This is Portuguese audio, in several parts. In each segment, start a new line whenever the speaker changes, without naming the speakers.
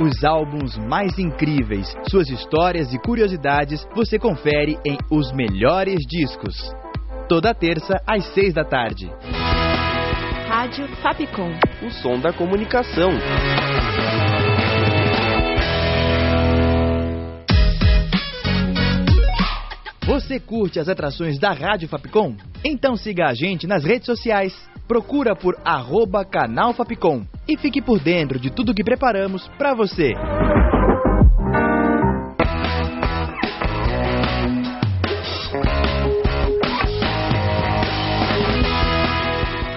Os álbuns mais incríveis, suas histórias e curiosidades você confere em Os Melhores Discos. Toda terça às seis da tarde.
Rádio Fapcom.
O som da comunicação.
Você curte as atrações da Rádio Fapcom? Então siga a gente nas redes sociais. Procura por arroba canal Fapcom e fique por dentro de tudo que preparamos para você.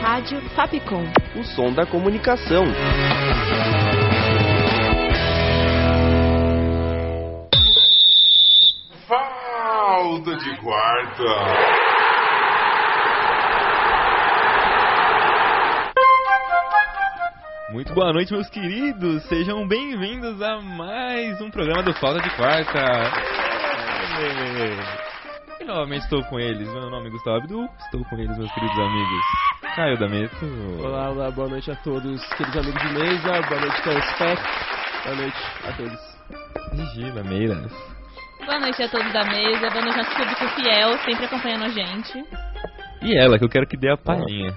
Rádio Fapcom.
O som da comunicação.
Falta de quarta.
Muito boa noite, meus queridos. Sejam bem-vindos a mais um programa do Falta de Quarta. E novamente estou com eles. Meu nome é Gustavo Abdul. Estou com eles, meus queridos amigos. Caio D'Ameto.
Olá, olá, boa noite a todos, queridos amigos de mesa, boa noite, Caio Speck, boa noite a todos.
Gila Meiras.
Boa noite a todos da mesa, boa noite ao nosso público fiel, sempre acompanhando a gente.
E ela, que eu quero que dê a palhinha.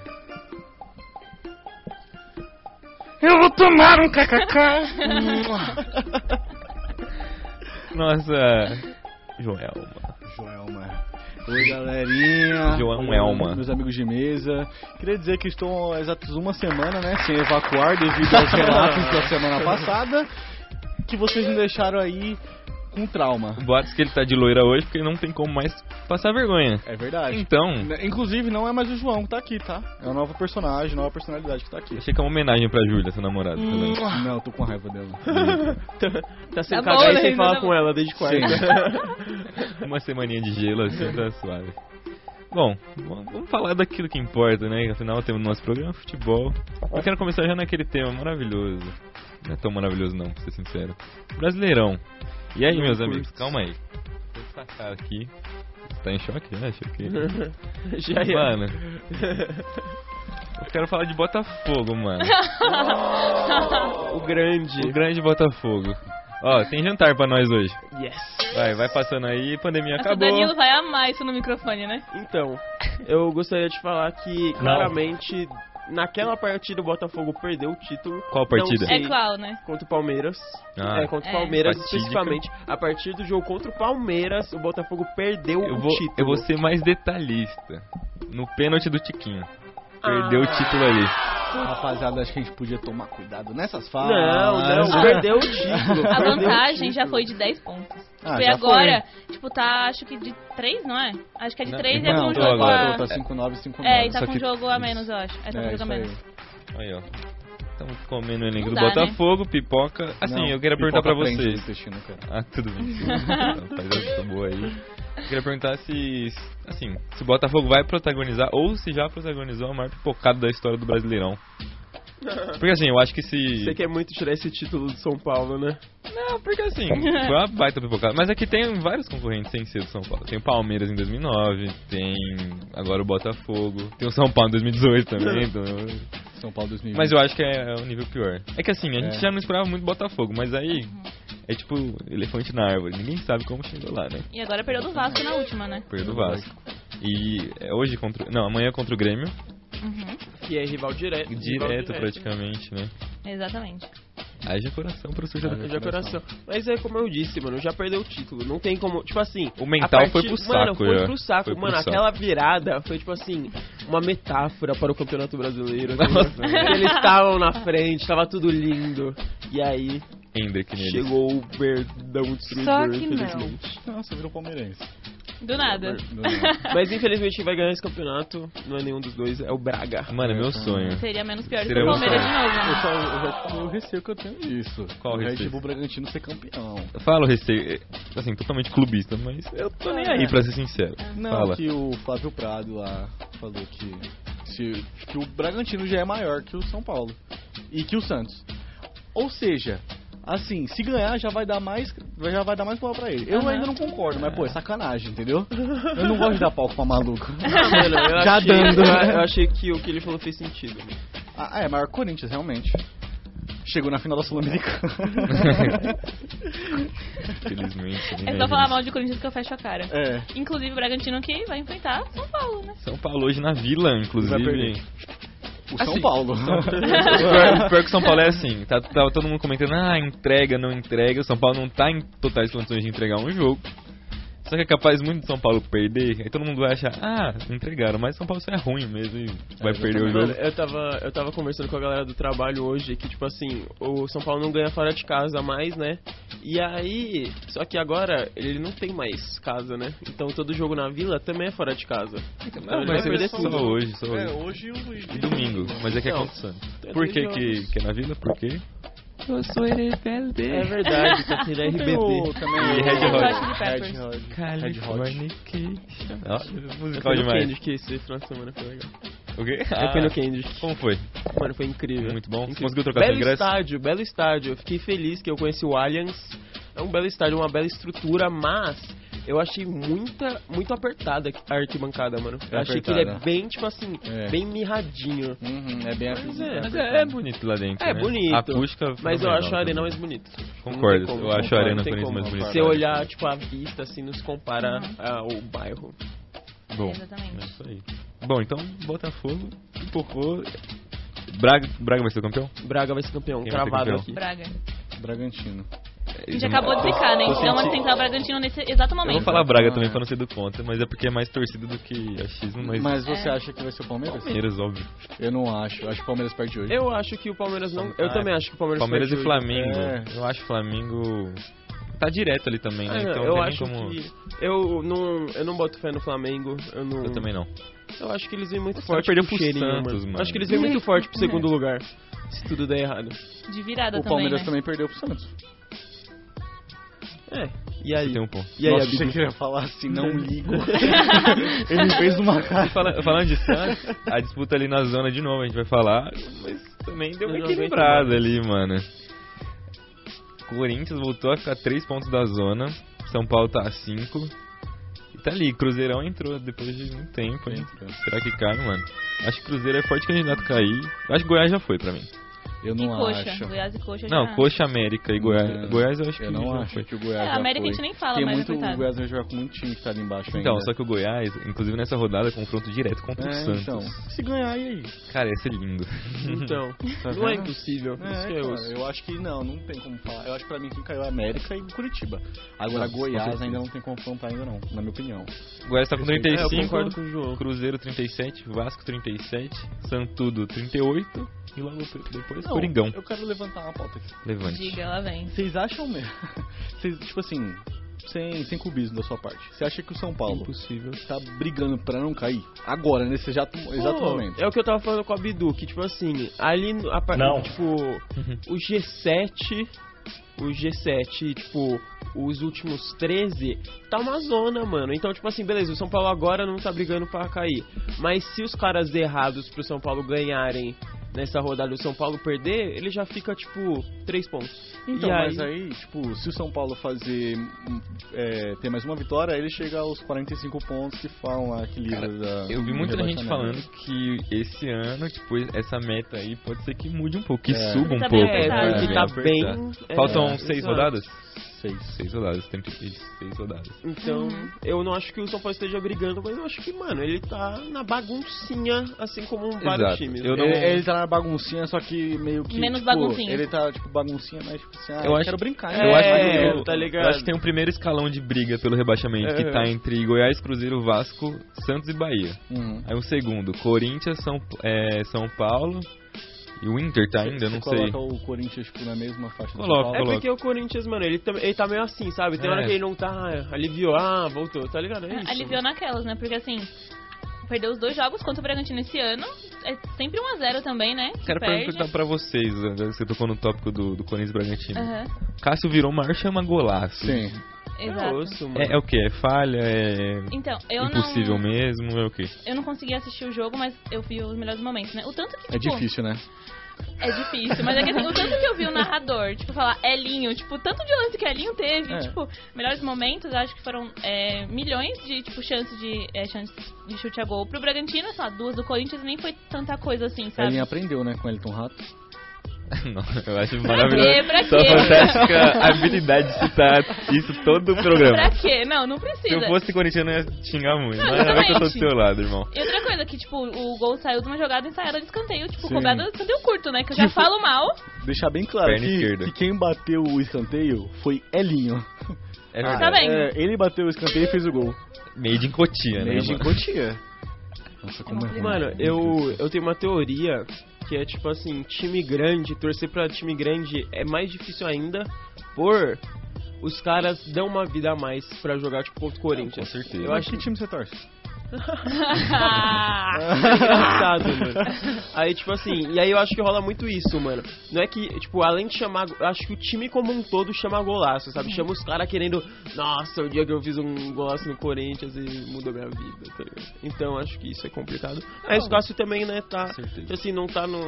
Eu vou tomar um kkk.
Nossa. Joelma.
Joelma. Oi, galerinha.
Joelma.
Meus amigos de mesa. Queria dizer que estou há exatos uma semana, né, sem evacuar devido aos relatos da semana passada, que vocês me deixaram aí com trauma.
O boato diz que ele tá de loira hoje porque não tem como mais passar vergonha.
É verdade.
Então,
Né, Inclusive, não é mais o João que tá aqui, tá? É o novo personagem, nova personalidade que tá aqui.
achei que é uma homenagem pra Júlia, sua namorada. tá vendo?
Não, tô com raiva dela.
Tá bom,
aí
Leandro,
sem falar
tá
com
bom.
ela desde quarta.
Uma semaninha de gelo assim tá suave. Bom, v- vamos falar daquilo que importa, né? Afinal, temos nosso programa futebol. Eu quero começar já naquele tema maravilhoso. Não é tão maravilhoso não, pra ser sincero. Brasileirão. E aí, meus amigos, calma aí. Vou destacar aqui. Você tá em choque já? Achei que...
Já é.
Mano. Eu quero falar de Botafogo, mano.
O grande.
O grande Botafogo. Ó, tem jantar pra nós hoje.
Yes.
Vai, vai passando aí, pandemia
Nossa, o
acabou.
Danilo vai amar isso no microfone, né?
Então, eu gostaria de falar que claramente naquela partida o Botafogo perdeu o título.
Qual partida?
Não sei.
É qual, né?
Contra o Palmeiras.
Ah.
é, contra o
É.
Palmeiras
Fatídica.
especificamente. A partir do jogo contra o Palmeiras, o Botafogo perdeu
Eu
o
vou,
Um título.
eu vou ser mais detalhista. No pênalti do Tiquinho.
Ah.
Perdeu o título ali.
Rapaziada, acho que a gente podia tomar cuidado nessas falas.
Não, não, perdeu o título.
A
perdeu o
vantagem já
título.
foi de 10 pontos.
Ah,
foi
já
agora, tipo, tá acho que de 3, não é? Acho que é de
Não,
3 e é com
Não,
um
tô
jogo
agora,
a...
tá 5-9, 5-9.
É, e tá
só
com um
que-
jogo a menos, eu acho. É, tá com um
É,
jogo a
isso aí.
menos.
Aí, ó. Estamos comendo o elenco
Não
do
dá, né?
Botafogo, pipoca. Assim,
Não,
eu queria perguntar pra
pipoca prende
vocês.
o intestino, cara.
Ah, tudo bem. Rapaziada, tá boa aí. Eu queria perguntar se. Assim, se o Botafogo vai protagonizar ou se já protagonizou a maior pipocada da história do Brasileirão. Porque assim, eu acho que se.
Você quer muito tirar esse título do São Paulo, né?
Não, porque assim, foi uma baita pipocada. Mas aqui tem vários concorrentes sem ser do São Paulo. Tem o Palmeiras em 2009, tem agora o Botafogo, tem o São Paulo em 2018 também. então-
São Paulo 2020.
Mas eu acho que é o nível pior. É que assim, a gente
É.
já não esperava muito Botafogo, mas aí é tipo elefante na árvore. Ninguém sabe como chegou lá, né?
E agora perdeu do Vasco na última, né?
Perdeu o Vasco. E é hoje contra. Não, amanhã contra o Grêmio.
Uhum,
Que é rival direto. rival
Direto praticamente, né?
exatamente.
Haja coração pro sujeito.
Eu Já coração. Mas é como eu disse, mano, já perdeu o título. Não tem como. Tipo assim.
O
a
mental foi
partir-
pro
Mano,
saco,
foi
já.
pro saco.
Foi pro
mano,
saco.
aquela virada foi, tipo assim, uma metáfora para o Campeonato Brasileiro. Nossa, Eles estavam na frente, tava tudo lindo. E aí,
Hendrick nele.
chegou o Verdão Destruidor,
que não.
infelizmente.
Não, você virou palmeirense.
Do
É.
nada.
Não, não.
Mas infelizmente quem vai ganhar esse campeonato não é nenhum dos dois, é o Braga.
Mano, é meu sonho.
Seria menos pior do que
Seria
o
um
Palmeiras de
sonho.
novo,
Eu
né?
só eu já- eu receio que eu tenho é isso.
Qual
o Red
receio?
Bull Bragantino ser campeão.
Eu falo receio, é, assim, totalmente clubista, mas eu tô
Ah,
nem aí, pra ser sincero.
Não,
Fala.
que o Flávio Prado lá falou que, se- que o Bragantino já é maior que o São Paulo e que o Santos. Ou seja, assim, se ganhar já vai dar mais, já vai dar mais bola pra ele. Eu
Aham.
ainda não concordo, mas pô, é sacanagem, entendeu? Eu não gosto de dar palco pra maluco.
Ah, mano, eu
Já
achei,
dando.
Eu, eu achei que o que ele falou fez sentido.
Ah, é, maior que o Corinthians, realmente. Chegou na final da Sul-Americana.
Infelizmente. né,
É só
gente?
falar mal de Corinthians que eu fecho a cara.
é.
Inclusive o Bragantino que vai enfrentar São Paulo, né?
São Paulo hoje na Vila,
Vai
inclusive.
perder. O
Assim,
São Paulo.
pior, pior que São Paulo é assim, tá, tava todo mundo comentando, ah, entrega, não entrega, o São Paulo não tá em totais condições de entregar um jogo. Só que é capaz muito de São Paulo perder, aí todo mundo vai achar, ah, entregaram, mas São Paulo só é ruim mesmo e vai perder o
Mano,
jogo.
eu tava, eu tava conversando com a galera do trabalho hoje que, tipo assim, o São Paulo não ganha fora de casa mais, né? E aí, só que agora ele não tem mais casa, né? Então todo jogo na vila também é fora de casa.
Não,
ele
é
mas
vai perder
Ah, só
tudo.
hoje, só É, hoje.
hoje o
E domingo, mas é que é
Então,
acontecendo.
tem
Por
dois
que que,
jogos.
que é na Vila? Por quê? Eu sou RBD.
É verdade, tá tendo RBD.
Oh, também
E Red
o-
Hot
Chili Peppers.
Red Hot.
California Cation. Ó,
Eu
Musical
fui no
demais.
Kendrick esse final de semana, foi legal.
O quê?
Eu fui
Ah,
no Kendrick.
como foi?
Mano, foi incrível.
Muito bom. Você
Incrível.
conseguiu trocar seu
Belo
ingresso?
estádio, belo estádio. Eu fiquei feliz que eu conheci o Allianz. É um belo estádio, uma bela estrutura, mas eu achei muita, muito apertada a arquibancada, mano. Eu
É
achei que ele é
apertada.
bem, tipo assim,
É.
bem mirradinho.
Uhum, é bem assim.
Pois é.
Mas é, é bonito lá dentro.
É
né?
bonito.
A acústica.
Mas eu
fenomenal
acho a
também.
arena mais bonita.
né? Concordo,
Não tem como,
eu acho a
concordo,
arena
não tem
Corinthians mais
como.
bonita.
Se eu olhar, tipo, a vista, assim, nos compara ah, ao bairro.
Bom,
Exatamente.
é isso aí. Bom, então, Botafogo, Pipocô. Braga, Braga vai ser o campeão?
Braga vai ser campeão,
Quem vai ser
cravado
campeão?
aqui.
Braga.
Bragantino.
A gente acabou de ficar, né? Então vamos enfrentar o Bragantino nesse exato
Eu vou
momento.
falar Braga também pra não ser do contra, mas é porque é mais torcida do que achismo, mas.
Mas, você
É.
acha que vai ser o Palmeiras?
Palmeiras, óbvio.
Eu não acho. Eu acho que o Palmeiras perde hoje.
Eu acho que o Palmeiras não. Eu também acho que o Palmeiras
Palmeiras e
perde hoje.
Flamengo.
É.
Eu acho que o Flamengo. Tá direto ali também, né?
Ah, não,
Então
eu
não tem
acho
nem como.
que eu não, eu não boto fé no Flamengo. Eu não.
Eu também não.
Eu acho que eles vêm muito
Os
forte
caras perderam
pro
pro
cheirinho,
Santos, mano.
Acho que eles vêm muito forte pro segundo lugar. Se tudo der errado.
De virada
O
também.
Palmeiras
né?
também perdeu pro Santos.
É. E aí?
Você tem um ponto.
E aí,
Nossa,
Abdu?
achei que ele ia falar assim, não ligo. ele fez uma cara.
Fala- falando de Santos, a disputa ali na zona de novo, a gente vai falar. Mas também deu uma
Eu não aguento
equilibrada ali, mano. Corinthians voltou a ficar 3 pontos da zona. São Paulo tá a 5. E tá ali, Cruzeirão entrou depois de um tempo, hein? Será que cai, mano? Acho que Cruzeiro é forte candidato a cair. Acho que Goiás já foi pra mim.
Eu
E
não
coxa.
acho.
Goiás e coxa
Não,
já.
Coxa América e Goiás.
Não.
Goiás eu acho
É. Eu
que
não
já
acho
foi.
que o Goiás.
É,
já
América a
foi.
gente nem fala
Tem
mais,
muito,
coitado.
O Goiás vai jogar com muito time que tá ali embaixo
Então,
ainda.
só que o Goiás, inclusive nessa rodada, é confronto direto contra o
É,
Santos.
então. Se ganhar, e aí?
Cara, ia ser lindo.
Então,
Tá
não é impossível. isso que
É,
eu
cara, eu acho que não, não tem como falar. Eu acho que pra mim quem caiu é a América e Curitiba. Agora
Nossa, com
Goiás
certeza.
ainda não tem como plantar ainda não, na minha opinião.
O Goiás tá com
É, eu
35,
concordo com o João.
Cruzeiro 37, Vasco 37, Santudo 38 e logo pe- depois
Não,
Coringão.
Eu quero levantar uma pauta aqui.
Levante.
Diga, ela vem.
Vocês acham mesmo? Vocês, tipo assim, sem, sem cubismo da sua parte. Você acha que o São Paulo
Impossível.
tá brigando pra não cair? Agora, nesse exato, exato
Pô,
momento.
É o que eu tava falando com a Bidu, que tipo assim, ali no- a par-
Não.
tipo o G7, o G7, tipo os últimos 13, tá uma zona, mano. Então, tipo assim, beleza, o São Paulo agora não tá brigando pra cair. Mas se os caras errados pro São Paulo ganharem nessa rodada e o São Paulo perder, ele já fica tipo 3 pontos.
Então,
e aí,
mas aí, tipo, se o São Paulo fazer hum, é, ter mais uma vitória, ele chega aos 45 pontos que falam lá que livra da.
Eu vi
do
muita gente
rebaixamento.
falando que esse ano, tipo, essa meta aí pode ser que mude um pouco, que
É.
suba um
Tá bem
pouco.
é,
apertado,
né?
porque tá bem. é,
Faltam seis
exato.
rodadas?
Seis.
Seis rodadas, tem que seis rodadas.
Então,
Uhum.
eu não acho que o São Paulo esteja brigando, mas eu acho que, mano, ele tá na baguncinha, assim como vários
Exato.
times. né?
Eu não-
Ele, ele tá na baguncinha, só que meio que.
Menos
tipo,
baguncinha.
Ele tá, tipo, baguncinha, mas tipo assim, ah,
Eu
eu,
acho-
quero brincar.
É,
eu acho
né?
que
tá ligado.
eu acho que tem um primeiro escalão de briga pelo rebaixamento, que
É.
tá entre Goiás, Cruzeiro, Vasco, Santos e Bahia.
Uhum.
Aí o segundo, Corinthians, São, é, São Paulo e o Inter tá ainda, eu não
Você
sei.
coloca o Corinthians, tipo, na mesma faixa do
Coloca.
São
É
Paulo.
porque o Corinthians, mano, ele, tam- ele tá meio assim, sabe? Tem
É.
hora que ele não tá, ah, aliviou, ah, voltou, tá ligado? É isso.
Aliviou naquelas, né? Porque assim, perdeu os dois jogos contra o Bragantino esse ano. É sempre 1x0 também, né? Que
Quero
perde. É.
perguntar pra vocês, né, você tocou no tópico do, do Corinthians e Bragantino.
Aham,
Cássio virou o maior chama golaço.
Sim.
É
exato.
osso, mano.
É, é o que? É falha? É
Então, eu
impossível
não,
mesmo? É o que?
eu não consegui assistir o jogo, mas eu vi os melhores momentos, né? O tanto que, tipo,
É difícil, né?
É difícil, mas é que assim, o tanto que eu vi o narrador, tipo, falar Elinho, tipo, o tanto de lance que Elinho teve,
É.
tipo, melhores momentos, acho que foram é, milhões de, tipo, chances de, é, chances de chute a gol pro Bragantino, sei lá, duas do Corinthians, nem foi tanta coisa assim,
Ele
sabe?
aprendeu, né, com Elton Rato.
Não, eu acho é maravilhoso.
pra
Sua
quê?
fantástica habilidade de citar isso todo o programa.
Pra quê? Não, não
Se
precisa.
eu fosse corintiano, eu ia xingar muito.
Não,
Mas ainda bem que eu tô do
exatamente.
seu lado, irmão.
E outra coisa, que tipo, o gol saiu de uma jogada ensaiada de escanteio, tipo,
Sim.
cobrada de escanteio curto, né? Que eu já
Tipo-
falo mal.
Deixar bem claro
Perna
que,
esquerda.
que quem bateu o escanteio foi Elinho.
É
Tá
verdade.
bem.
É, ele bateu o escanteio e fez o gol.
Made in Cotia, né?
Made in
mano?
Cotia. Nossa, como é ruim.
Mano, eu, eu tenho uma teoria que é tipo assim, time grande, torcer pra time grande é mais difícil ainda, por os caras dão uma vida a mais pra jogar tipo contra o
Com
Corinthians.
certeza.
Eu acho
que time você torce?
Ah,
engraçado, mano. Aí, tipo assim, e aí eu acho que rola muito isso, mano. Não é que, tipo, além de chamar. Eu acho que o time como um todo chama golaço, sabe? Chama os caras querendo. Nossa, o dia que eu fiz um golaço no Corinthians e mudou minha vida, tá ligado? Então acho que isso é complicado. Mas o Cássio também, né, tá.
Com certeza.
Assim, não tá no.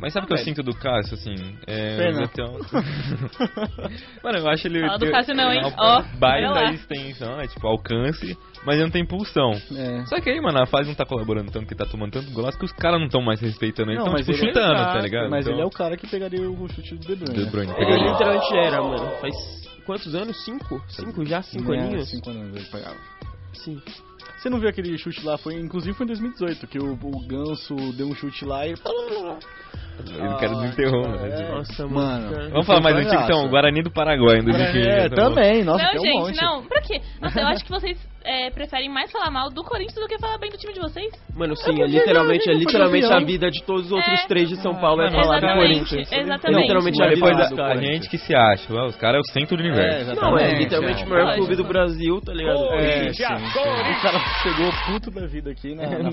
Mas sabe o que eu sinto do Cássio, assim? É,
Pena.
ele tem um- Mano, eu acho ele...
Fala do
tem-
Cássio não, hein?
é uma
Ó, pera
baita
lá.
extensão, né? Tipo, alcance, mas ele não tem impulsão.
É.
Só que aí, mano, a fase não tá colaborando tanto, que tá tomando tanto golaço, que os caras não estão mais respeitando ele.
Não,
Estão,
mas
tipo,
ele é
chutando, tá
craque,
ligado?
Mas
Então,
ele é o É, cara que pegaria o chute do De Bruyne. né?
De Bruyne.
Ele literalmente era, mano. Faz quantos anos? Cinco? Cinco já? Cinco
É,
aninhos?
Cinco aninhos ele pagava.
Sim.
Você não viu aquele chute lá? Foi, inclusive foi em 2018, que o, o Ganso deu um chute lá e...
Eu não quero desenterromper, né?
Nossa,
Mano.
mano. cara.
Vamos falar mais
Foi
antigo, então.
graça.
Guarani do Paraguai, em 2015. tá
É,
bom?
também. Nossa,
não,
tem um
gente,
monte.
não. Pra quê? Nossa, eu acho que vocês é, preferem mais falar mal do Corinthians do que falar bem do time de vocês.
Mano, sim, é literalmente, é
ele foi
literalmente a
campeão.
vida de todos os outros
É.
três de São Paulo é
Mano,
falar do
exatamente,
Corinthians.
exatamente.
Literalmente a
Mas
vida
depois
do
a, a
Corinthians.
gente que se acha, ó, os caras é o centro do
É,
universo.
exatamente.
Não, é
É,
literalmente
é.
o maior
Lógico.
clube do Brasil, tá ligado?
É, sim, sim. O cara chegou puto da vida aqui na, na
não,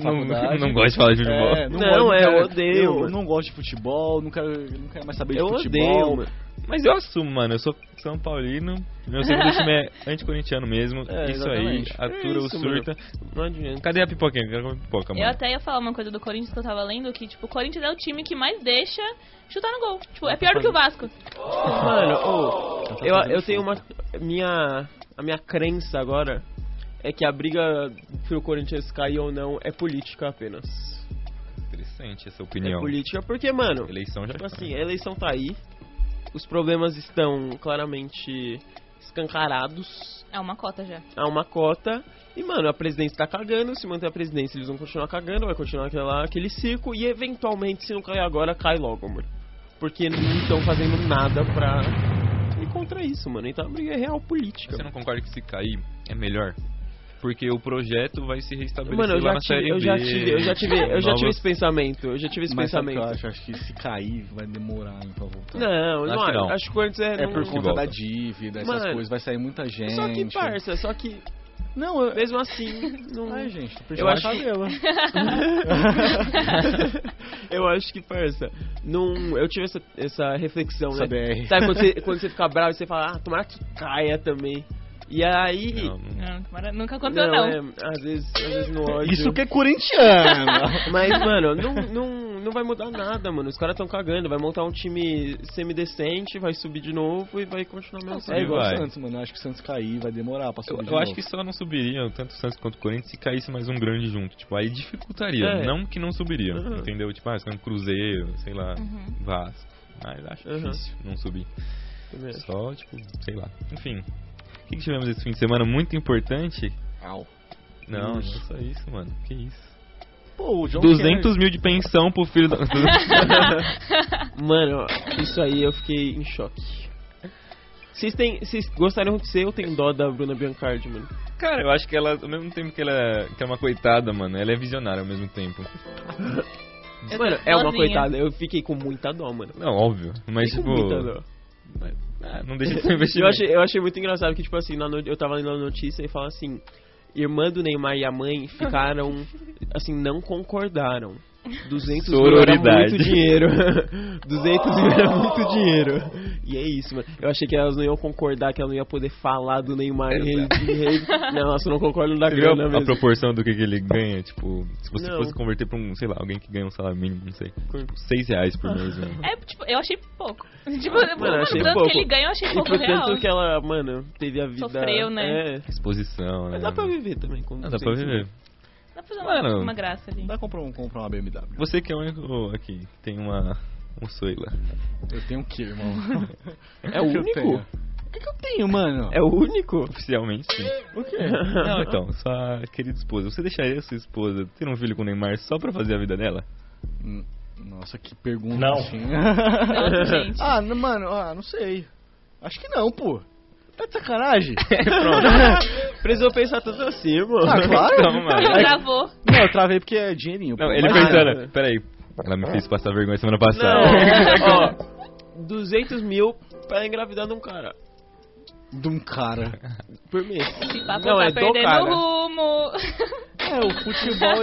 faculdade.
não gosto de falar de futebol.
É,
Não, é, eu odeio,
Eu
mano.
não gosto de futebol, não quero, eu não quero mais saber
Eu
de
odeio,
futebol.
mano.
Mas eu assumo, mano. Eu sou São Paulino. Meu segundo time é anticorintiano mesmo.
É,
isso
exatamente.
aí. Atura
É
o
isso, mano.
surta.
Não adianta.
Cadê a pipoquinha? Eu quero comer pipoca,
Eu
mano.
até ia falar uma coisa do Corinthians que eu tava lendo, que, tipo, o Corinthians é o time que mais deixa chutar no gol. Tipo, é pior do que o Vasco.
Mano, ô, eu, eu tenho uma. Minha. A minha crença agora é que a briga pro Corinthians cair ou não é política apenas.
Interessante essa
É
opinião.
política porque, mano,
Eleição já
Tipo
tá.
assim, a eleição tá aí, os problemas estão claramente escancarados,
É uma cota já.
há uma cota, e mano, a presidência tá cagando, se manter a presidência eles vão continuar cagando, vai continuar aquela, aquele circo, e eventualmente, se não cair agora, cai logo, mano. Porque não estão fazendo nada pra ir contra isso, mano. Então a briga é real política.
Você não concorda que se cair é melhor? Porque o projeto vai se restabelecer
Mano, eu
lá
já
na
tive,
série
eu já
B, tá
tive, eu já tive, eu já tive
novas-
esse pensamento, eu já tive esse
Mas sabe o que eu
pensamento.
acho? Acho que se cair vai demorar hein, pra voltar.
Não,
Acho
não
que
acho.
não.
Acho que o Corinthians é,
É
não-
por
que
conta
volta.
da dívida, essas
Mano,
coisas, vai sair muita gente.
Só que, parça, só que
Não, eu...
Mesmo assim, não.
Ai, gente,
eu acho que-
cabelo.
eu acho que, parça, não. Eu tive essa, essa reflexão,
Essa
né?
BR.
Sabe quando você, quando você fica bravo e você fala, ah, tomara que caia também. E aí.
Não, não-
Não, tomara- nunca aconteceu, não.
é, às vezes, às vezes no ódio.
Isso que é corintiano.
Mas, mano, não, não, não vai mudar nada, mano. Os caras tão cagando. Vai montar um time semidecente, vai subir de novo e vai continuar mesmo.
É
É igual
vai.
o Santos, mano. Eu acho que o Santos cair vai demorar pra
Eu,
subir de
eu acho
novo.
que só não subiriam, tanto o Santos quanto o Corinthians, se caísse mais um grande junto. Tipo, aí dificultaria.
É.
Não que não subiria,
Uhum.
entendeu? Tipo, ah, se é um Cruzeiro, sei
é-
lá,
Uhum.
Vasco. Mas acho
Uhum.
difícil não subir.
Também acho.
Só, tipo, sei lá. Enfim. O que, que tivemos esse fim de semana muito importante?
Au.
Não, não é
Ixi.
só isso, mano. Que isso.
Pô, o John
200 mil de pensão pro filho da...
Mano, isso aí eu fiquei em choque. Vocês têm. Vocês gostariam de ser eu tenho dó da Bruna Biancardi, mano?
Cara, eu acho que ela, ao mesmo tempo que ela que é uma coitada, mano, ela é visionária ao mesmo tempo.
Eu
Mano,
tô
é uma
sozinha.
coitada. Eu fiquei com muita dó, mano.
Não, óbvio. Mas,
Fiquei
tipo,
com muita dó.
ah, não deixa de ser um investimento.
Eu achei, eu achei muito engraçado que, tipo assim, na no- eu tava lendo a notícia e fala assim: irmã do Neymar e a mãe ficaram, assim, não concordaram. 200 mil era
Sororidade.
muito dinheiro. 200 mil era muito dinheiro. E é isso, mano. Eu achei que elas não iam concordar, que ela não ia poder falar do Neymar. E, e, e, não, elas não concordam da
Você viu
grana
a, a
mesmo.
proporção do que, que ele ganha? Tipo, se você
Não.
fosse converter pra um, sei lá, alguém que ganha um salário mínimo, não sei, tipo, 6 reais por mês, né? mano.
É, tipo, eu achei pouco. Tipo, mano,
eu achei
tanto
pouco.
que ele ganha, eu achei
E
pouco
pro
real.
tanto que ela, mano, teve a vida.
Sofreu, né?
É.
Exposição, né?
Mas dá pra viver também. Com
Ah,
Não, dá pra
200 mil.
viver.
é-
Dá pra fazer uma,
Mano.
uma graça ali.
Dá pra comprar, um- comprar uma BMW.
Você que é o único aqui que tem uma um Soila.
Eu tenho o quê, irmão?
É o
O que eu tenho?
único?
O que, que eu tenho, mano?
É o único?
Oficialmente, sim.
O quê?
Não, então, sua querida esposa, você deixaria sua esposa ter um filho com o Neymar só pra fazer a vida dela?
Hum, Nossa, que pergunta.
Não.
assim.
Nossa, gente.
ah, n- mano, ah, não sei. Acho que não, pô. Tá de sacanagem?
Precisou pensar tanto assim, mano. é-
Ah, claro.
Não, mano.
Ele gravou.
Não, eu travei porque é dinheirinho.
Não,
pô.
ele
Mas-
pensando, peraí, ela me fez passar vergonha semana passada.
É,
Não, ó, 200 mil pra engravidar de um cara
De um cara.
por mês.
Esse papo
Não,
tá
é do
perdendo
cara.
o rumo.
É, o futebol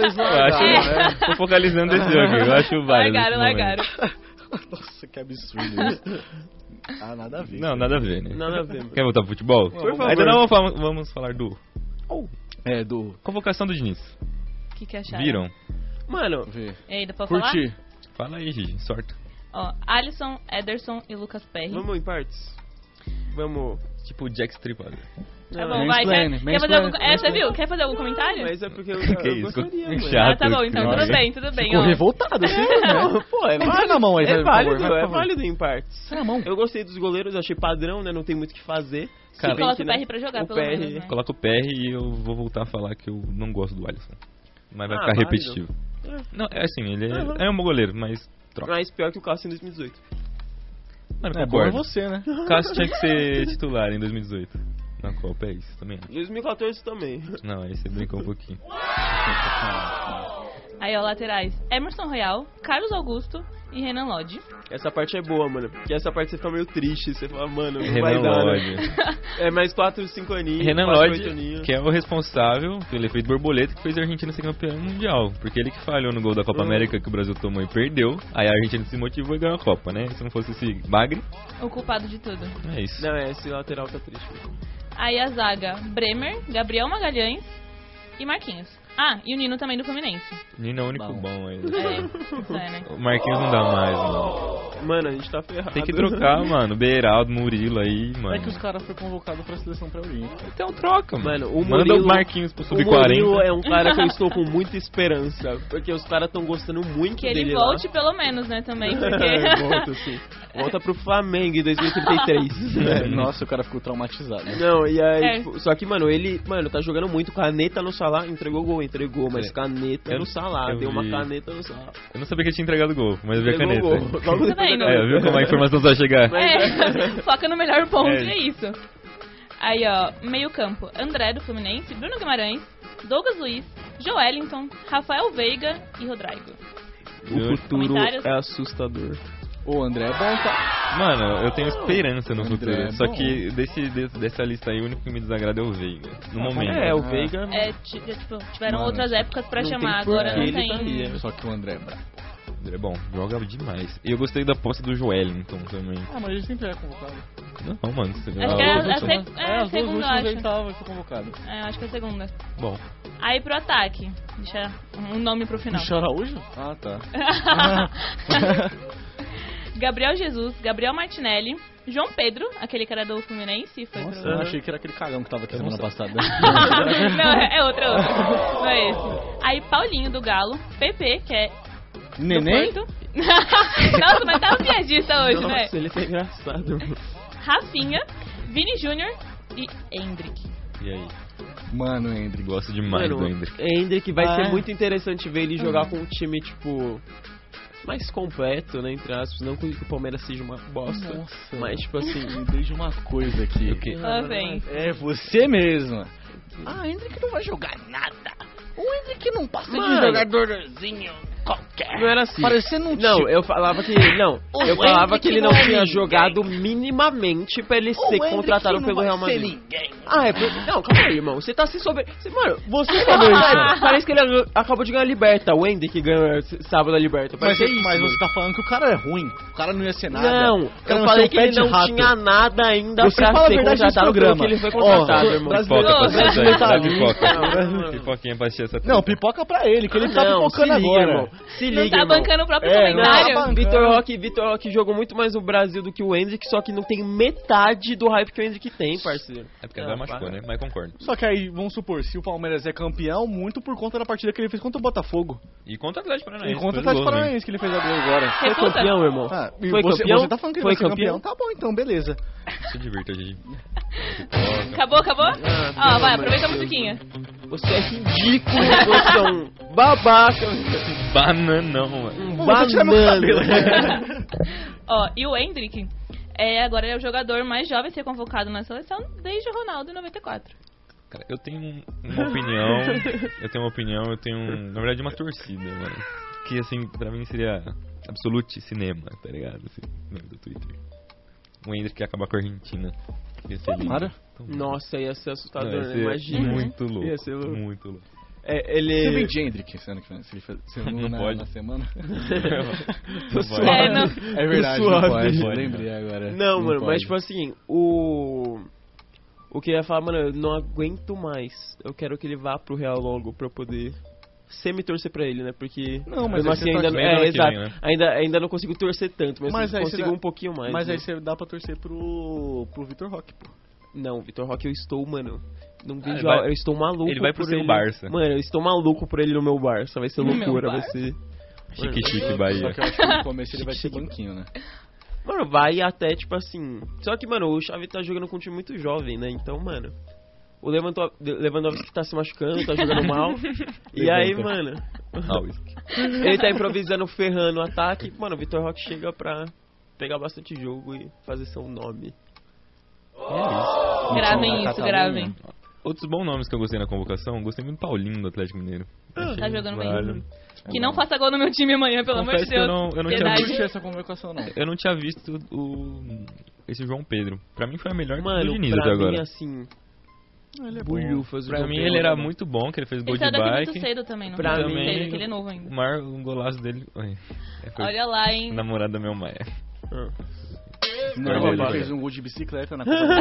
é
Eu acho,
né?
tô focalizando esse jogo, eu acho válido.
Largaram,
nesse momento.
largaram.
Nossa, que absurdo isso. Ah, nada a ver.
Não, nada a ver, né?
é. Nada a ver, mano.
Quer voltar pro futebol?
Por favor.
Ainda não vamos, vamos falar do
É, do...
convocação do Diniz.
O que, que acharam?
Viram?
Mano,
Vê.
E ainda pode falar?
Curti.
Fala aí, Gigi, sorte.
Ó, Alisson, Ederson e Lucas Perry.
vamos em partes? Vamos.
Tipo Jack Stripador.
Tá
Não,
bom, vai. Quer,
mansplaining,
quer fazer algum...
mansplaining,
É, você viu? Quer fazer algum comentário?
Mas é porque eu,
Que
eu
isso,
gostaria,
que
mano.
chato.
Ah, tá bom, então
Escreve.
tudo bem, tudo bem.
Ficou
Ó.
revoltado, assim, né?
Pô, é
Não pega na
válido.
mão aí,
É
por favor,
válido,
vai, por
é
favor.
válido em partes.
Sai na mão.
Eu gostei dos goleiros, achei padrão, né? Não tem muito o que fazer.
Cara,
Se bem
coloca
que,
o
né,
PR pra jogar,
o
pelo
PR
menos, né?
Coloca o PR e eu vou voltar a falar que eu não gosto do Alisson. Mas vai
Ah,
ficar
válido.
repetitivo. Não, é assim, ele é,
Uhum.
é um bom goleiro, mas troca.
Mas pior que o Cássio em 2018.
Mano,
É bom é
concordo.
você, né?
O Cássio tinha que ser titular em 2018. Na Copa, é isso também. acho.
2014 também.
Não, aí você brincou um pouquinho.
Aí, ó, laterais. Emerson Royal, Carlos Augusto e Renan Lodge.
Essa parte é boa, mano. Porque essa parte você fica meio triste. Você fala, mano, não vai
Renan
dar. né?
Lodge.
É mais 4, 5 aninhos.
Renan
quatro, oito
Lodge,
aninhos.
que é o responsável pelo efeito borboleta que fez a Argentina ser campeã mundial. Porque ele que falhou no gol da Copa
Hum.
América que o Brasil tomou e perdeu. Aí a Argentina se motivou e ganhou a Copa, né? Se não fosse esse bagre,
O culpado de tudo.
é isso.
Não, é, esse lateral tá triste. mano.
Aí a zaga, Bremer, Gabriel Magalhães e Marquinhos. Ah, e o Nino também do Fluminense.
Nino é o único
Bom.
bom aí.
É, isso é, né?
O Marquinhos não dá mais, mano.
Mano, a gente tá ferrado.
Tem que trocar, mano. Beiraldo, Murilo aí, mano.
É que os caras foram convocados pra seleção pra Oriente.
Então troca, mano.
Mano, o
Manda o
Murilo-
Marquinhos pro
O Murilo
Sub-40.
é um cara que eu estou com muita esperança. Porque os caras estão gostando muito
Que
dele
ele
lá.
volte pelo menos, né, também.
É,
Porque...
volta, sim. Volta pro Flamengo em 2033.
É, Nossa, o cara ficou traumatizado. né?
Não, e aí,
É.
tipo, só que, mano, ele, mano, tá jogando muito, caneta no Salah, entregou gol, entregou, mas
É.
caneta
Eu-
no Salah,
eu
deu uma
vi.
caneta no Salah.
Eu não sabia que ele tinha entregado o gol, mas eu vi a
Entregou
caneta.
gol. Logo depois
vendo?
da
É, viu como a informação só chegar?
É, foca no melhor ponto
É.
e é isso. Aí, ó, meio campo. André do Fluminense, Bruno Guimarães, Douglas Luiz, Joelinton, Rafael Veiga e Rodrigo.
O futuro
Comentários?
é assustador.
Ô, André é bom, tá?
Mano, eu tenho esperança no
André,
futuro.
é
só
bom.
que desse, desse- dessa lista aí, o único que me desagrada é o Veiga. No momento.
É, o
Ah.
Veiga
É, ti- é, tipo, tiveram
Mano,
outras épocas pra
não tem
chamar,
porquê,
agora não
ele
tem.
tá aí, é.
Só que o André é brabo.
É bom, joga demais. E eu gostei da posse do Joelinton também.
Ah, mas ele sempre é convocado.
Não, mano. Você
Acho que
Ah,
é
o
a, a,
Wilson, né?
seg- é, a
as duas
segunda, eu
últimas ele
acho.
tava, foi convocado.
É, eu acho que é a segunda.
Bom,
Aí pro ataque. Deixa um nome pro final.
Chora hoje? Ah, tá.
Gabriel Jesus, Gabriel Martinelli, João Pedro, aquele cara do Fluminense, e foi
Nossa,
pro.
eu achei que era aquele cagão que tava aqui semana passada.
não, é outro, é outro. Não é esse. Aí Paulinho do Galo, PP, que é
Neném?
do Porto. Nossa, mas tá um piadista hoje, né?
Nossa, ele tá engraçado.
Rafinha, Vini Júnior e Hendrick.
e aí?
Mano, Hendrick.
Gosto demais
Mano,
do Hendrick.
Hendrick vai
Ah, é?
ser muito interessante ver ele jogar com um time, tipo, mais completo, né, entre aspas. Não que o Palmeiras seja uma bosta,
Nossa.
mas, tipo assim...
Lembrei de uma coisa aqui.
O quê?
Lá vem.
É você mesma. Ah, Hendrick não vai jogar nada. O Hendrick não passa
Mano.
de Uhum. jogadorzinho qualquer.
Não era assim.
Parecendo um
Não,
tipo.
eu falava que. Não, eu falava que ele não é tinha jogado minimamente pra ele ser contratado pelo Real Madrid. Ah, é por... Não, calma aí, irmão. Você tá se sobre. Você- mano, você falou isso. Parece que ele ag- acabou de ganhar a Liberta. O Andy que ganhou s- sábado a Liberta.
Mas,
Parece
é
isso.
mas você tá falando que o cara é ruim. O cara não ia ser nada.
Não,
O cara
eu
ia ser
falei
um
que
pé
ele
de
não
rato.
tinha nada ainda
Você
pra
fala a
ser
verdade nesse
contratado pelo
programa.
que ele foi
Ó,
contratado,
sou
irmão. tá
brasileiro.
Pipoca pra
Ô,
assistir isso aí,
Zé,
dá
Zé,
pipoca.
Não, não, não.
Pipoquinha pra assistir essa treta.
Não, pipoca pra ele, que ele tá
Ah, Não,
pipocando
se liga,
agora.
irmão. se
Não
liga,
tá
irmão.
bancando o próprio
É, não tá
comentário.
bancando. Vitor Roque, Vitor Roque jogou muito mais no Brasil do que o Hendrick, só que não tem metade do hype que o Hendrick tem, parceiro.
É porque agora
Não,
machucou,
para.
né? Mas concordo.
Só que aí, vamos supor, se o Palmeiras é campeão, muito por conta da partida que ele fez contra o Botafogo.
E contra o Atlético Paranaense.
e contra o
fez gol,
Atlético
né?
Paranaense que ele fez a gol agora.
Foi
Refuta.
é campeão, irmão.
Ah, e
Foi
você,
campeão?
você tá falando que ele
Foi
vai ser campeão?
campeão?
Tá bom, então, beleza.
Se divirta, gente.
Acabou, acabou? Ó,
pelo
vai,
amor
aproveita um a
de Deus.
musiquinha.
Você é ridículo, você é um babaca,
Bananão, mano.
um
Pô, vou tirar meu
banana.
Ó, e o Hendrick é, agora é o jogador mais jovem a ser convocado na seleção desde o Ronaldo em 94.
Cara, eu tenho um- uma opinião. eu tenho uma opinião, eu tenho. um- na verdade, uma torcida, mano. Que, assim, pra mim seria Absolute Cinema, tá ligado? Assim, nome do Twitter. O Hendrick ia acabar com a Argentina. Ia ser lindo.
Tomara.
Tomara.
Nossa, ia ser assustador,
Não, ia
né?
ser
Imagina.
Muito louco.
Ia ser louco.
Muito louco.
É,
Você
ele.
vende Hendrick esse ano que vem? Se ele fez- se ele
Não
não na,
pode.
na semana?
Não
Tô
vai.
É, não.
É verdade, não
Suave.
pode.
Pode,
Lembrei
É,
agora.
Não, mano,
pode.
mas tipo assim, o. O que eu ia falar, mano, eu não aguento mais. Eu quero que ele vá pro Real logo pra eu poder semi torcer pra ele, né? Porque.
Não, mas
mesmo
aí você
assim
tá
ainda
aqui
não.
bem ano
É,
que
exato.
vem, né?
ainda, ainda não consigo torcer tanto, mas,
Mas
eu
aí você
consigo
dá-
um pouquinho mais.
Mas
né?
aí você dá pra torcer pro, pro Vitor Roque, pô.
Não, Vitor Roque, eu estou, mano. Não
Ah, ele
vejo. a-
vai-
eu estou maluco.
ele vai pro
por
seu Barça.
Mano, eu estou maluco por ele no meu Barça. Vai ser
No meu
loucura, vai
Barça?
ser. É.
Chique, chique,
Só
Bahia.
que eu acho que no começo ele vai ser
Chique, chique.
banquinho, né?
Mano, vai até, tipo assim. Só que, mano, o Xavi tá jogando com um time muito jovem, né? Então, mano. O Levanto- Lewandowski tá se machucando, tá jogando mal. e aí,
Levanta.
mano.
Ah, o Isco.
Ele tá improvisando, ferrando o ataque. Mano, o Vitor Roque chega pra pegar bastante jogo e fazer seu nome.
Gravem
na
isso,
Catalunha.
gravem.
É Outros bons nomes que eu gostei na convocação, gostei muito do Paulinho do Atlético Mineiro.
Ah,
Tá jogando bem.
Vale.
Que não faça gol no meu time amanhã, pelo amor de
Confesso que eu
Deus. é
não- eu não tinha
Piedade.
Não curti essa convocação, não.
Eu não tinha visto o esse João Pedro. Pra mim foi a melhor do
Mano,
Diniz
pra
até
mim,
agora.
assim.
Ele é
Bulhufas, o
Pra
João
mim
Pedro,
ele era
mano.
muito bom, que ele fez gol
Ele
de
saiu é daqui muito
bike.
cedo também, não
Pra
foi
mim-
cedo, que ele é novo
O,
ainda.
mar, um golaço dele. Oi. É, foi
Olha lá, hein.
namorada da minha mãe.
Ah.
Não, ele
Olha,
fez
olha.
um gol de bicicleta na Copa do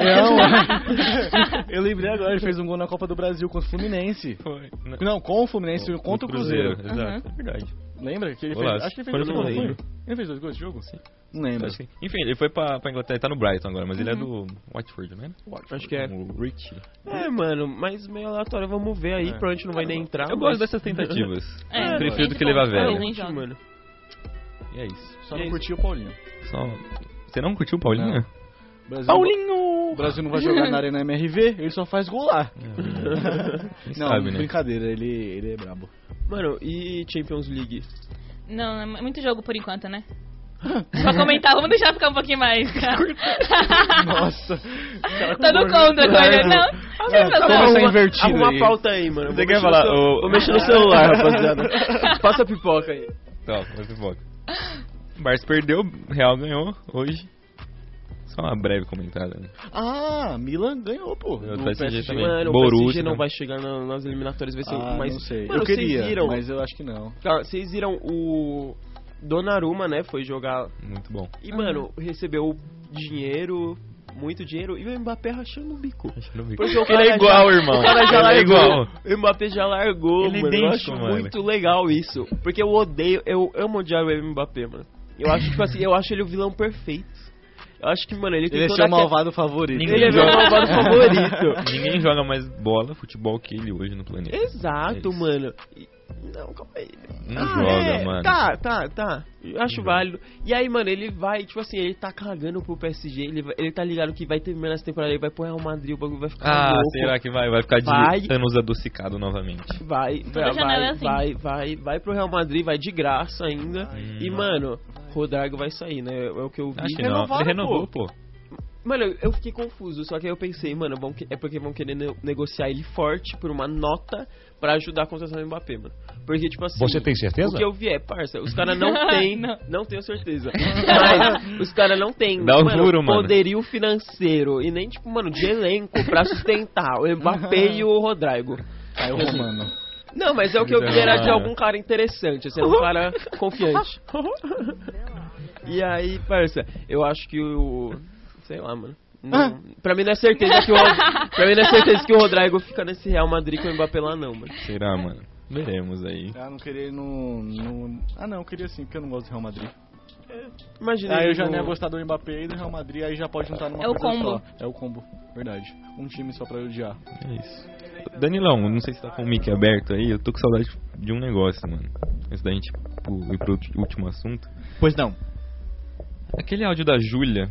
É,
Brasil. Não, eu lembrei agora, ele fez um gol na Copa do Brasil contra o Fluminense.
Foi. Na-
Não, com o Fluminense, contra o Cruzeiro.
Exato, é verdade.
Lembra? Que ele fez,
Golaço.
acho que ele
Foi
fez
no
dois gols.
meio.
foi? Ele fez dois gols de jogo?
Sim.
Não lembro.
Acho que- enfim, ele foi pra, pra Inglaterra, ele tá no Brighton agora, mas ele é
Uhum.
do Watford, né?
Acho que é.
um
O Richie.
É, mano, mas meio aleatório, vamos ver aí,
É.
provavelmente não vai nem entrar.
Eu
mas-
gosto dessas tentativas.
É,
Prefiro do
é
que
bom.
levar
É,
velho.
ele nem joga.
mano.
E é isso.
Só
E
não
aí?
curtiu o Paulinho.
Só... Você não curtiu o Paulinho?
Não. Brasil,
Paulinho!
O Brasil não vai jogar na Arena MRV, ele só faz gol lá.
Quem
Não,
sabe, né?
brincadeira, ele, ele é brabo.
Mano, e Champions League?
Não, é muito jogo por enquanto, né? Pra comentar, vamos deixar ficar um pouquinho mais.
Nossa.
Tá
Tô Tá no contra agora.
É,
Não, deixa
tá
eu falar.
Começa
Arruma-
invertido
Arruma
aí.
a pauta aí, mano. Eu vou
Você quer
mexer no
falar?
celu-
o-
Vou mexer no celular, rapaziada. Passa a pipoca aí.
Tá, mas eu volto. O Barça perdeu, o Real ganhou hoje. Só uma breve comentada. né?
Ah, Milan ganhou, pô.
Eu tô
do
desse jeito
PSG.
também.
Mano, o
Borussia,
PSG não
né?
vai chegar na- nas eliminatórias, vai ser
Ah,
mais...
não sei.
Mano,
eu queria,
vocês viram,
mas eu acho que não.
cara, vocês viram o Donnarumma, né, foi jogar
Muito bom.
e, mano, recebeu dinheiro, muito dinheiro, e o Mbappé rachando o bico. Porque o cara
Ele é
já-
igual, irmão.
O cara já
Ele é
largou.
igual.
O Mbappé já largou,
Ele é
mano. eu acho
idêntico, mano.
muito legal isso. Porque eu odeio, eu amo odiar o Mbappé, mano. Eu acho, tipo assim, eu acho ele o vilão perfeito. Eu acho que, mano, ele tem
Ele é
toda
seu
aquela-
malvado favorito.
Ninguém
Ele é meu
joga-
malvado favorito.
Ninguém joga mais bola, futebol que ele hoje no planeta.
Exato,
É isso.
mano. E- Não, calma aí.
Não
Ah,
joga,
é,
mano.
Tá, tá, tá. Eu acho válido. E aí, mano, ele vai, tipo assim, ele tá cagando pro PSG. Ele, vai- ele tá ligado que vai terminar essa temporada. Ele vai pôr Real Madrid, o bagulho vai ficar
Ah,
Tá louco.
será que vai? Vai ficar de
Vai.
anos adocicado novamente.
Vai, vai,
Toda janela é
vai,
assim.
vai, vai, vai pro Real Madrid, vai de graça ainda. e, mano, Rodrigo vai sair, né? É o que eu vi.
Acho que não.
Renovaram,
Ele renovou,
né, pô.
pô.
Mano, eu- eu fiquei confuso, só que aí eu pensei, mano, vão que- é porque vão querer ne- negociar ele forte por uma nota pra ajudar a contratação do Mbappé, mano. Porque, tipo assim.
Você tem certeza?
O que eu vi é, parça, os caras não tem,
Não.
não. tenho certeza. Mas os caras não tem,
Dá o furo, mano.
poderio financeiro e nem, tipo, mano, de elenco pra sustentar o Mbappé e o Rodrigo.
Caiu o Romano.
Não, mas é o que eu vi era de
Não.
né?
algum cara interessante, assim, era um cara confiante. E aí, parça, eu acho que o. Sei lá, mano. Não, pra mim não é certeza que o Rod- Pra mim não é certeza que o Rodrigo fica nesse Real Madrid com o Mbappé lá, não, mano.
Será, mano? Veremos aí.
Ah, não queria ir no, no- Ah, não, eu queria sim, porque eu não gosto do Real Madrid.
Imagina.
Aí Ah, eu
ele
já
no-
não ia gostar do Mbappé e do Real Madrid, aí já pode juntar numa
É o
coisa
combo.
só. É o combo, verdade. Um time só pra eu odiar.
É isso. Danilão, não sei se tá com o mic aberto aí, eu tô com saudade de um negócio, mano. Antes da gente tipo, ir pro ulti- último assunto.
Pois não.
Aquele áudio da Júlia.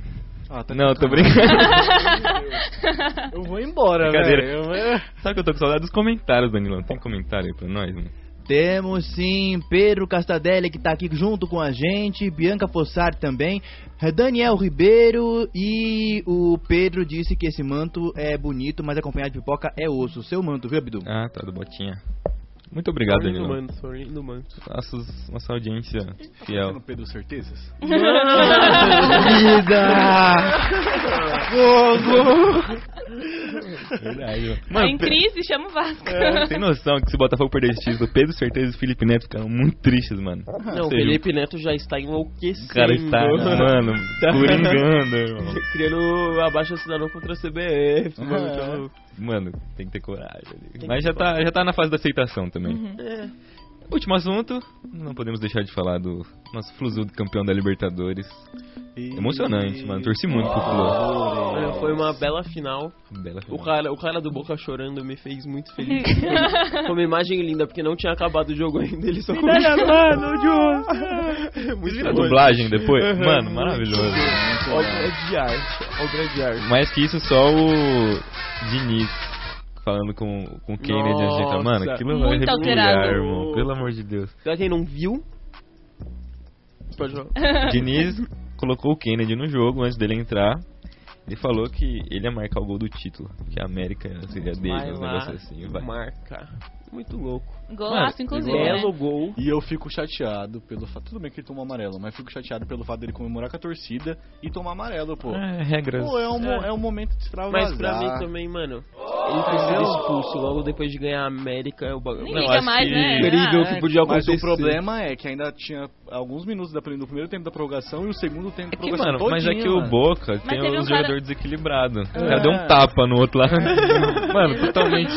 Ah, tá
Não, eu tô brincando.
Eu vou
Tá
embora,
Brincadeira.
velho. Eu-
Sabe que eu tô com saudade dos comentários, Danilão? Tem comentário aí pra nós, mano?
Temos sim Pedro Castadelli que tá aqui junto com a gente, Bianca Fossari também, Daniel Ribeiro e o Pedro disse que esse manto é bonito, mas acompanhado de pipoca é osso. Seu manto, viu, Abdu?
Ah, tá, do Botinha. Muito obrigado,
Sorrindo,
Danilão.
Tá mano, sorrindo, mano.
Nossos, nossa audiência
Sendo
fiel.
Pedro Certezas?
É.
Vida! Fogo!
Verdade,
Tá em crise, chama o Vasco.
É, tem noção que se o Botafogo perder esse título, Pedro Certeza e Felipe Neto ficaram muito tristes, mano.
Não,
Ou
o
seja,
Felipe Neto já está
O
enlouquecendo.
cara está, mano, coringando, irmão.
Criando abaixo assinador contra a CBF, mano.
Ah.
É.
tá louco.
então, Mano, tem que ter coragem. ali.
que
Mas
ter
já tá, já tá na fase da aceitação também.
É.
Último assunto, não podemos deixar de falar do nosso Fluzudo campeão da Libertadores. É Emocionante, mano. Torci muito pro Flu.
Olha, É, foi uma bela final.
Bela
Ah. O
final.
cara, o cara do Boca chorando me fez muito feliz. Foi uma imagem linda, porque não tinha acabado o jogo ainda. Ele só começou... muito
A
bom.
dublagem depois,
Uhum.
mano, maravilhoso.
é
Uhum.
Obra de arte. é Obra de arte.
Mais que isso, só o Diniz falando com, com o Kennedy antes de entrar. Mano,
Nossa.
aquilo vai
Muito
arrepiar,
alterado.
irmão. Pelo amor de Deus.
Pra quem não viu... Pode falar.
Diniz colocou o Kennedy no jogo antes dele entrar. Ele falou que ele ia marcar o gol do título, que a América seria
Vai
dele, um
lá,
negócio assim. Vai.
marca. Muito louco.
Golaço, inclusive.
Belo
Né?
gol.
E eu fico chateado pelo fato. Tudo bem que ele tomou amarelo, mas fico chateado pelo fato dele comemorar com a torcida e tomar amarelo, pô.
É, regras.
Pô, é um, mo-
É.
é um momento de extravasar.
Mas pra mim também, mano, ele foi sido expulso logo depois de ganhar a América. Eu bagulho.
Nem
Não,
liga
acho
mais,
que-
né?
Incrível
é.
Ah,
que podia
Mas
acontecer.
o problema é que ainda tinha alguns minutos da, do primeiro tempo da prorrogação e o segundo tempo
É
da
que,
prorrogação.
mano, mas é
todinho,
que
mano.
o Boca tem
teve
um
um cara-
jogador desequilibrado. O
É.
cara deu um tapa no outro lado. mano, totalmente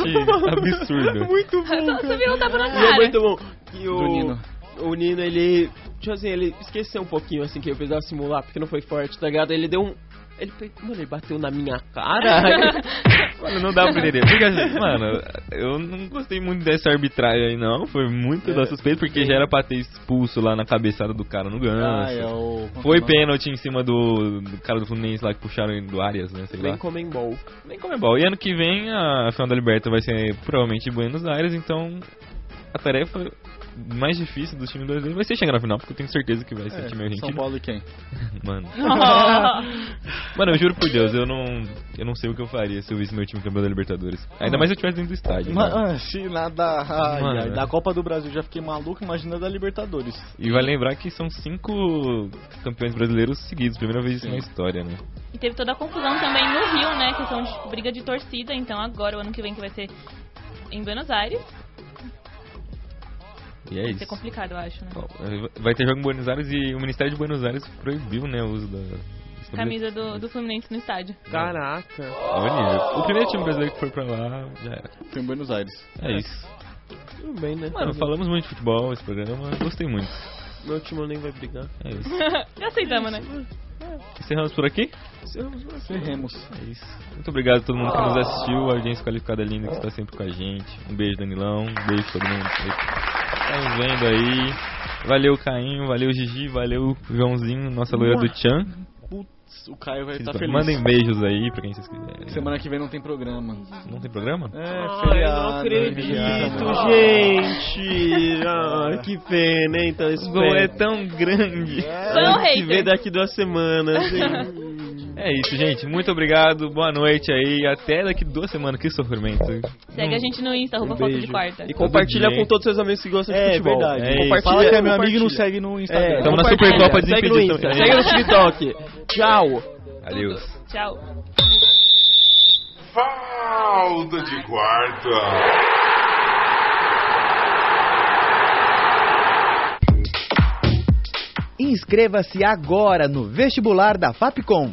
absurdo.
Muito
Você viu um tapa na
E é
cara.
muito bom. que o,
Do Nino.
o Nino, ele. Tipo assim, ele esqueceu um pouquinho, assim, que eu precisava simular, porque não foi forte, tá ligado? Ele deu um. Ele, pe- mano, ele bateu na minha cara.
Mano, não dá pra entender. Porque, assim, mano, eu não gostei muito dessa arbitragem aí, não. Foi muito
É.
da suspeita, porque já era pra ter expulso lá na cabeçada do cara no ganso.
Ah, é o...
Foi
pena.
pênalti em cima do, do cara do Fluminense lá que puxaram ele do Arias, né? Sei
Vem
lá.
comem bol.
Nem como é bom. E ano que vem a final da Liberta vai ser provavelmente em Buenos Aires, então a tarefa mais difícil do time brasileiro vai ser chegar na final, porque eu tenho certeza que vai ser o time
É, São
argentino.
Paulo e quem?
Mano.
Oh,
Mano, eu juro por Deus, eu não. Eu não sei o que eu faria se eu visse meu time campeão da Libertadores.
Ah.
Ainda mais se eu estivesse dentro do estádio.
Ma-
mano.
ah, se nada. Ai,
Mano. né?
ai, da Copa do Brasil já fiquei maluco, imagina da Libertadores.
E vai lembrar que são cinco campeões brasileiros seguidos, primeira vez isso na história, né?
E teve toda a confusão também no Rio, né? Questão de briga de torcida. Então agora, o ano que vem, que vai ser em Buenos Aires,
E é
vai
isso.
ser complicado, eu acho, né?
Bom, Vai ter jogo em Buenos Aires e o Ministério de Buenos Aires proibiu, né, o uso da...
Camisa do, do Fluminense no estádio.
Caraca.
É o nível. O primeiro time brasileiro que foi pra lá já era.
Foi em Buenos Aires.
É isso.
Tudo bem, né?
Mano, falamos muito de futebol esse programa. Gostei muito.
Meu time nem vai brigar.
É isso.
Já aceitamos, né?
Encerramos por aqui?
Ferremos.
É isso. Muito obrigado a todo mundo que nos assistiu, a audiência qualificada linda que está sempre com a gente. Um beijo, Danilão. Um beijo pra todo mundo que tá nos vendo aí. Valeu, Caim. Valeu, Gigi. Valeu, Joãozinho, nossa loira do Tchan.
Putz, o Caio vai
tá
estar feliz.
Mandem beijos aí pra quem vocês quiserem.
Semana que vem não tem programa.
Não tem programa?
É,
Ai, eu não acredito, gente! Ah, que pena, hein? Então esse gol é tão grande.
É.
São
A gente se vê
haters.
daqui duas semanas, hein?
É isso, gente. Muito obrigado. Boa noite aí. Até daqui duas semanas. Que sofrimento.
Segue a gente no Insta, arroba foto de quarta.
Um E compartilha
dia, hein?
com todos seus amigos que gostam de
É
futebol.
verdade.
É isso. É,
Fala que é meu
Tá, compartilha.
amigo e não segue no
É,
Instagram.
Tamo na
Compartilha.
Então, Supercopa
Segue no Insta,
Desimpedidos também.
segue no TikTok. Tchau.
então, Adeus.
Tchau.
Falta de quarta.
Inscreva-se agora no vestibular da Fapcom.